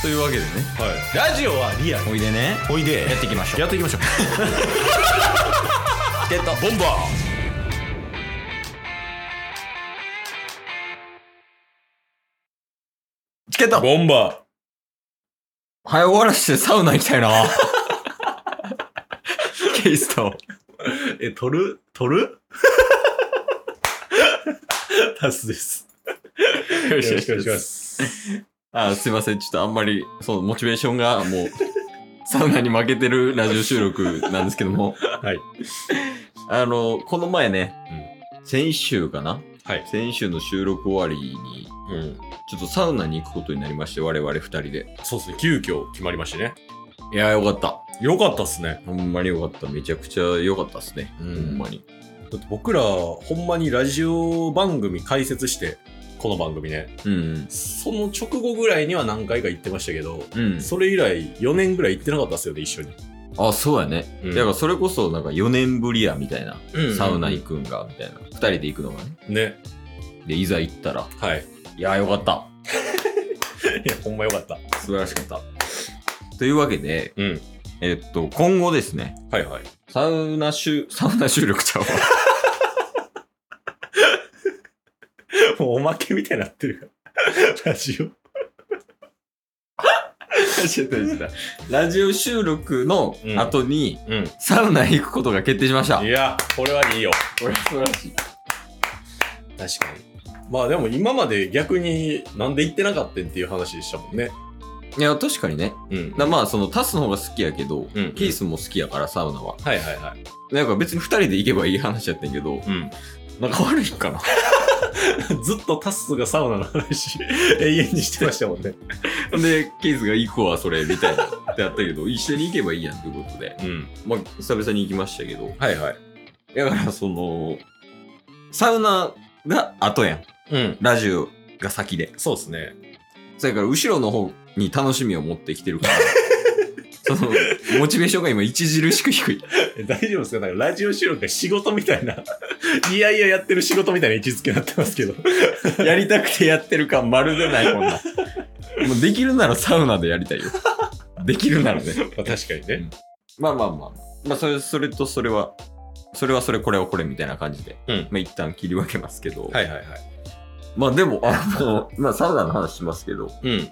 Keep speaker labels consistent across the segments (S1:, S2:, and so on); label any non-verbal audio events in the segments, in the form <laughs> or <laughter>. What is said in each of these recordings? S1: というわけでね
S2: はい、ラジオはリアル
S1: おいでね
S2: おいで
S1: やっていきましょう
S2: やっていきましょう
S1: <laughs> ゲット
S2: ボンバ
S1: チケッ
S2: ー
S1: ト
S2: ボンバー
S1: 早終わらしてサウナ行き
S2: <laughs>
S1: たいなケイスト
S2: <laughs> え、撮る撮る <laughs> タスです。
S1: よ
S2: ろしくお願いします。
S1: あすいませんちょっとあんまりそうモチベーションがもうサウナに負けてるラジオ収録なんですけども
S2: はい。
S1: あのこの前ね、先週かな
S2: はい。
S1: 先週の収録終わりに
S2: うん。
S1: ちょっとサウナに行くことになりまして我々二人で
S2: そうですね。急遽決まりましてね。
S1: いやよかった
S2: よかったっすね。
S1: ほんまによかっためちゃくちゃよかったっすね、
S2: うん
S1: ほんまに
S2: だって僕ら、ほんまにラジオ番組解説して、この番組ね。
S1: うん
S2: その直後ぐらいには何回か行ってましたけど、
S1: うん
S2: それ以来4年ぐらい行ってなかったっすよね、一緒に。
S1: あそうやね、
S2: うん
S1: だからそれこそなんか4年ぶりやみたいな、
S2: うん
S1: サウナ行くんがみたいな2人で行くのがね
S2: ね。
S1: でいざ行ったら
S2: はい。
S1: いやよかった
S2: <laughs> いや、ほんまよかった。
S1: 素晴らしかったというわけで
S2: うん。
S1: えっと今後ですね
S2: はいはい。
S1: サウナ収サウナ収録ちゃうわ
S2: もうおまけみたいになってるから。ラジオ。
S1: ちょっと待って <laughs> ラジオ収録の後に、
S2: うん。
S1: サウナ行くことが決定しました
S2: いや、これはいいよ。
S1: これ素晴らしい
S2: 確かに。まあでも今まで逆になんで行ってなかったんっていう話でしたもんね。
S1: いや確かにね
S2: うん
S1: だまあそのタスの方が好きやけど、
S2: うん
S1: ケースも好きやからサウナは
S2: はいはいはい。
S1: なんか別に2人で行けばいい話やってんけど
S2: う
S1: なんか悪いんかな
S2: ん。 <laughs> ずっとタッスがサウナの話、永遠にしてましたもんね。
S1: <laughs> でケースが行こうはそれみたいなってあった <laughs> けど一緒に行けばいいやんってことで
S2: うん。
S1: まあ久々に行きましたけど
S2: はいはい。
S1: だからそのサウナが後やん
S2: うん。
S1: ラジオが先で
S2: そうですね。
S1: それから後ろの方に楽しみを持ってきてる <laughs> からそのモチベーションが今著しく低い
S2: え大丈夫ですかなんかラジオ収録が仕事みたいな、 <laughs> いやいややってる仕事みたいな位置づけになってますけど。
S1: <laughs> やりたくてやってる感まるでないこんなもうできるならサウナでやりたいよできるならね
S2: <laughs> まあ確かにね。
S1: まあまあまあ。まあそれ、それとそれは、それはそれ、これはこれみたいな感じで、
S2: うん
S1: まあ一旦切り分けますけど、
S2: はいはいはい。
S1: まあでも、あの、 <laughs> まあサウナの話しますけど、
S2: うん。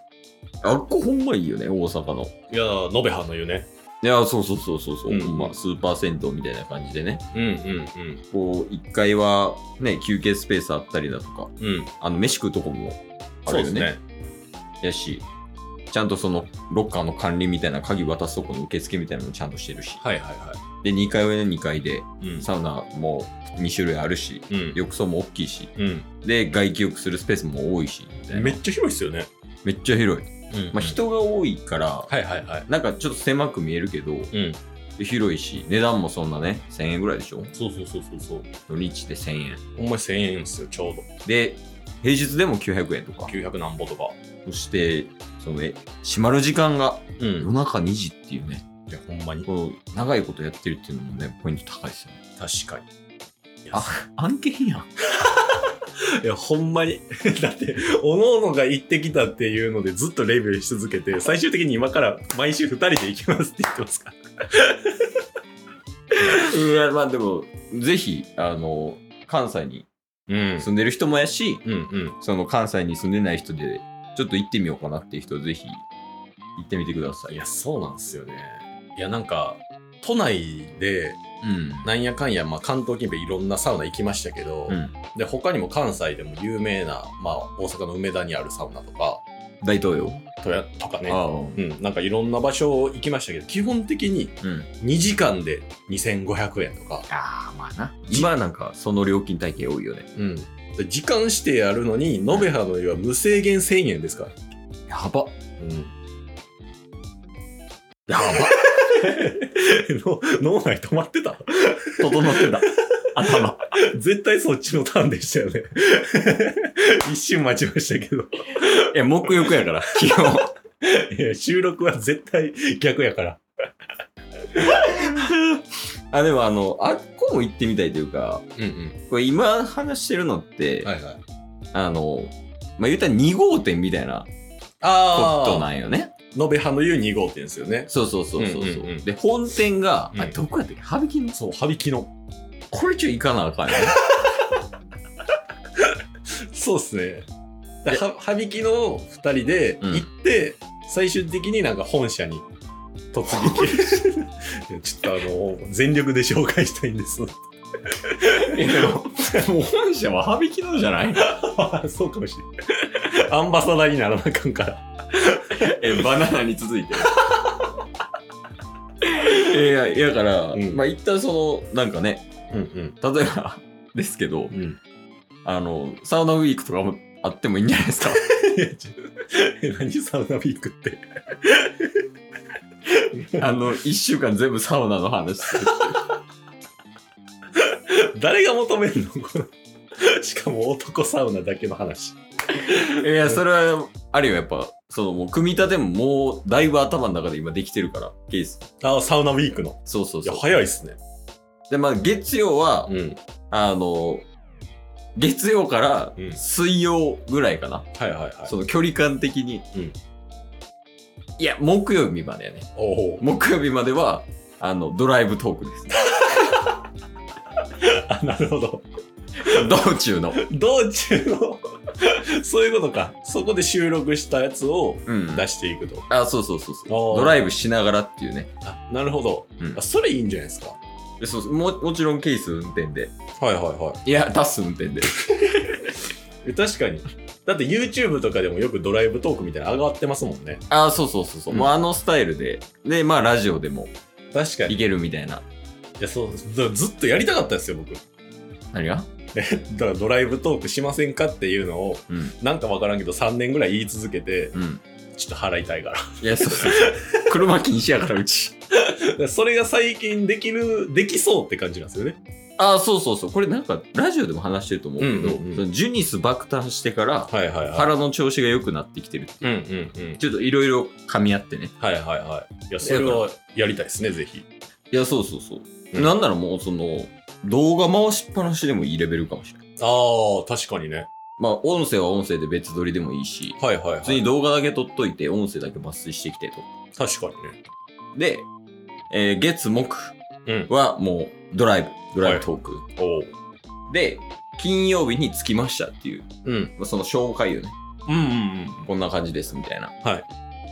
S1: あっこほんまいいよね、大阪の。
S2: いやー、延べ半の湯ね。
S1: いや、そうそうそうそうそう、
S2: うん
S1: まあスーパー銭湯みたいな感じでね、
S2: うんうん
S1: こう、1階はね、休憩スペースあったりだとか、
S2: うん。うん。
S1: あの、飯食うとこもあ
S2: そう
S1: る
S2: で
S1: よ
S2: す
S1: ね。
S2: ね。
S1: やし、ちゃんとその、ロッカーの管理みたいな、鍵渡すとこの受付みたいなのもちゃんとしてるし、
S2: はいはいは
S1: で、2階上の2階で、
S2: い。うん。
S1: サウナも2種類あるし、
S2: うん。
S1: 浴槽も大きいし、
S2: うん。
S1: で、外気浴するスペースも多いし、みたいな
S2: めっちゃ広いっすよね。
S1: めっちゃ広い。
S2: うん
S1: まあ、。人が多いから、
S2: はいはいはい。
S1: なんかちょっと狭く見えるけど、
S2: うん。
S1: 広いし、値段もそんなね、1000円ぐらいでしょ
S2: そうそうそうそうそう。
S1: 土日で1000円。
S2: ほんまに1000円ですよ、ちょうど。
S1: で、平日でも900円とか。
S2: 900何歩とか。
S1: そして、その、え閉まる時間が
S2: う
S1: 夜
S2: ん。
S1: 中2時っていうね、
S2: いや、ほんまに。確
S1: こう長いことやってるっていうのもね、ポイント高いですよね。
S2: かに。
S1: あ案件やん。
S2: いや、ほんまに。 <laughs> だって、おのおのが行ってきたっていうので、ずっとレビューし続けて、最終的に今から毎週2人で行きますって言ってますから。
S1: いや、まあでも、ぜひ、あの、関西に
S2: うん。
S1: 住んでる人もやし、
S2: うんうん。
S1: その関西に住んでない人で、ちょっと行ってみようかなっていう人、ぜひ行ってみてください。
S2: いや、そうなんですよね。いや、なんか、都内で、
S1: うん。
S2: なんやかんや、まあ、関東近辺いろんなサウナ行きましたけど、
S1: うん、
S2: で、他にも関西でも有名な、まあ、大阪の梅田にあるサウナとか、
S1: 大東洋。
S2: とやとかね、
S1: ああ。
S2: うん、なんかいろんな場所行きましたけど、基本的に
S1: うん。
S2: 2時間で2500円とか、
S1: ああ、まあな。今なんか、その料金体系多いよね。
S2: うん、時間指定あるのに、延べ葉の湯は無制限1000円ですから。
S1: やば。
S2: うん、
S1: や
S2: <laughs>
S1: ば。
S2: 脳内止まってた
S1: 整って <laughs> た。頭。
S2: 絶対そっちのターンでしたよね。 <laughs> 一瞬待ちましたけど。
S1: いや、目浴やから、基本。
S2: いや収録は絶対逆やから。
S1: あ、でもあの、あっこも行ってみたいというか、
S2: うんうん。
S1: これ今話してるのって、
S2: いはい。
S1: あの、まあ、言ったら2号店みたいなこ
S2: ああ。
S1: となんよね。
S2: 延べ派の湯2号店ですよね。
S1: そうそうそうそうそう,、
S2: うんうんうん
S1: で、本店が、
S2: うん
S1: あ、どこやったっけ羽引の
S2: そう、羽引きの。
S1: これちょい行かなあかん
S2: <laughs>
S1: よね。
S2: そうですね。だは羽引きの2人で
S1: うん
S2: 行って、最終的になんか本社に突
S1: <laughs>
S2: 撃。いやちょっとあの、全力で紹介したいんです。
S1: えでも、もう本社は羽引きのじゃない
S2: <laughs> そうかもしれない。アンバサダーにならなあかんから。
S1: え、バナナに続い
S2: <laughs>
S1: て。いや、いやだから、
S2: うん
S1: まあ一旦その、なんかね、
S2: うん
S1: 例えばですけど
S2: う、ん。うん。
S1: あの、サウナウィークとかもあってもいいんじゃないです
S2: <laughs>
S1: か。
S2: <laughs> いやちょえ何サウナビークって。
S1: あの、一週間全部サウナの話する。
S2: 誰が求めるのこの <laughs> しかも男サウナだけの話。
S1: いや、それは、あるよ、やっぱ、その、もう、組み立てももう、だいぶ頭の中で今できてるから、ケース。
S2: あ、サウナウィークの。
S1: そうそう
S2: いや、
S1: そう。
S2: 早いっすね。
S1: で、まあ、月曜は、
S2: ん。
S1: あの、月曜から
S2: うん
S1: 水曜ぐらいかな。
S2: はいはいはい。
S1: その距離感的に。
S2: うん
S1: いや、木曜日までやね。
S2: おお。
S1: 木曜日までは、あの、ドライブトークです。 <laughs>
S2: あ、なる <laughs> ほど。
S1: 道中の。
S2: 道中の、 <laughs> そういうことか。そこで収録したやつを
S1: うん。
S2: 出していくと。
S1: あ、そうそうそうそ
S2: お
S1: う。
S2: ー
S1: ドライブしながらっていうね。
S2: あ、なるほど。
S1: うん
S2: あそれいいんじゃないですか。
S1: でそうそうももちろんケース運転で。
S2: はいはいはい
S1: や、ダッス運転で。
S2: い。確かに。だって YouTube とかでもよくドライブトークみたいなの上がってますもんね。
S1: あーそうそうそうそう、
S2: うん
S1: もうあのスタイルででまあラジオでも
S2: 確かに。
S1: い
S2: い
S1: けるみたいな
S2: や、そうず、ずっとやりたかったんですよ、僕。
S1: 何が
S2: だからドライブトークしませんかっていうのを、
S1: うん
S2: なんかわからんけど3年ぐらい言い続けて、
S1: うん
S2: ちょっと払いたいから。
S1: いやそう
S2: <laughs>
S1: そうそう車禁止やからうち
S2: だから <laughs> それが最近できる、できそうって感じなんですよね。
S1: ああそうそうそうこれなんかラジオでも話してると思うけど、
S2: うんうんうん
S1: そのジュニス爆誕してから
S2: はいはいはい。
S1: 腹の調子が良くなってきてるって
S2: う
S1: い
S2: ん
S1: う、
S2: うんうん。
S1: ちょっといろいろ噛み合ってね
S2: はいはいはい。いや、それはやりたいですね、ぜひ。
S1: いやそうそうそう、
S2: うん
S1: なんならもうその動画回しっぱなしでもいいレベルかもしれない
S2: ああ、確かにね。
S1: まあ音声は音声で別撮りでもいいし
S2: はいはいは
S1: 普通
S2: い
S1: に。動画だけ撮っといて音声だけ抜粋してきてとか
S2: 確かにね。
S1: で、えー月、木
S2: うん
S1: はもうドライブ、ドライブトーク。
S2: おう。
S1: で、金曜日に着きましたっていう、
S2: うん。
S1: まあその紹介をね、
S2: うんうんうん。
S1: こんな感じですみたいな。
S2: はい。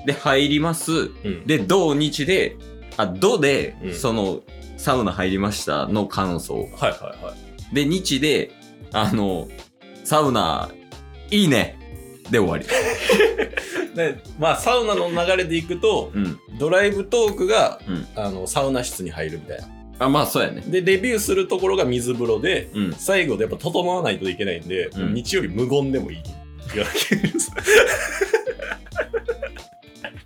S1: で、入ります。
S2: うん。
S1: で、土日で、あ、土で、
S2: うん
S1: その、サウナ入りましたの感想。
S2: はいはいはい。
S1: で、日で、あの、サウナ、いいね。で終わり。
S2: で、まあ、サウナの流れでいくと、
S1: うん。
S2: ドライブトークが、
S1: うん
S2: あの、サウナ室に入るみたいな。
S1: あ、まあ、そうやね。
S2: で、レビューするところが水風呂で、
S1: うん。
S2: 最後でやっぱ整わないといけないんで、
S1: うん
S2: 日曜日無言でもいい。いや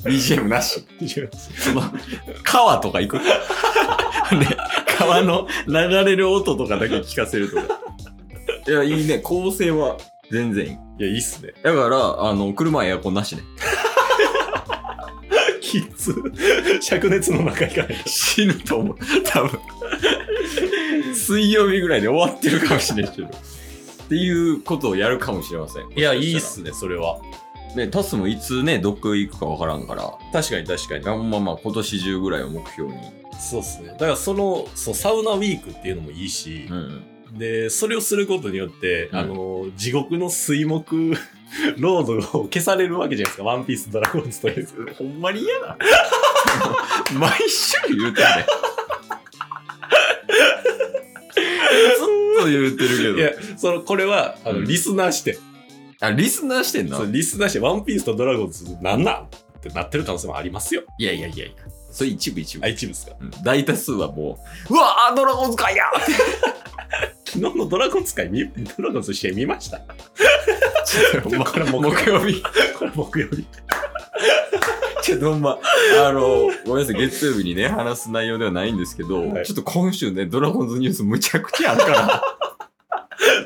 S1: BGM なし。
S2: 違いま
S1: そ
S2: す
S1: の、川とか
S2: <laughs>
S1: 行くで、川の流れる音とかだけ聞かせると
S2: <laughs>
S1: か。いや、いいね。構成は全然いい。
S2: いや、いいっすね。
S1: だから、あの、車エアコンなしね。
S2: キッズ、灼熱の中行かないと。
S1: 死ぬと思う。多分。水曜日ぐらいで終わってるかもしれないけど。っていうことをやるかもしれません。
S2: いや、いいっすね、それは。
S1: ね、タスもいつね、どこ行くかわからんから。
S2: 確かに確かに
S1: い。やほんままあ、今年中ぐらいを目標に。
S2: そうっすね。だからその、そう、サウナウィークっていうのもいいし
S1: う、ん。
S2: で、それをすることによって、
S1: うん
S2: あの、地獄の水木ロードを消されるわけじゃないですか。ワンピースドラゴンズという。 <laughs>
S1: ほんまに嫌だ。毎週言うてる <laughs> ね。ずっと言うてる
S2: い
S1: け
S2: や、その、これは、あの、
S1: うん
S2: リスナー視点。
S1: ど。あ、リスナーしてんな
S2: そ。うリスナー視点、ワンピースとドラゴンズなんなんってなってる可能性もありますよ。
S1: いやいやいやいや。それ一部一部
S2: あ、。一部ですか。
S1: うん大多数はもう、うわあドラゴンズかいや
S2: 昨日のドラゴン使い見、 <laughs> ドラゴンズの試合見ました。 <laughs> これ木
S1: <laughs>
S2: 曜
S1: 木曜日。
S2: これ木曜日。
S1: ちょっとほんま、あの、ごめんなさい、月曜日にね、話す内容ではないんですけど、
S2: はい
S1: ちょっと今週ね、ドラゴンズニュースむちゃくちゃあるから。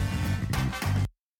S3: す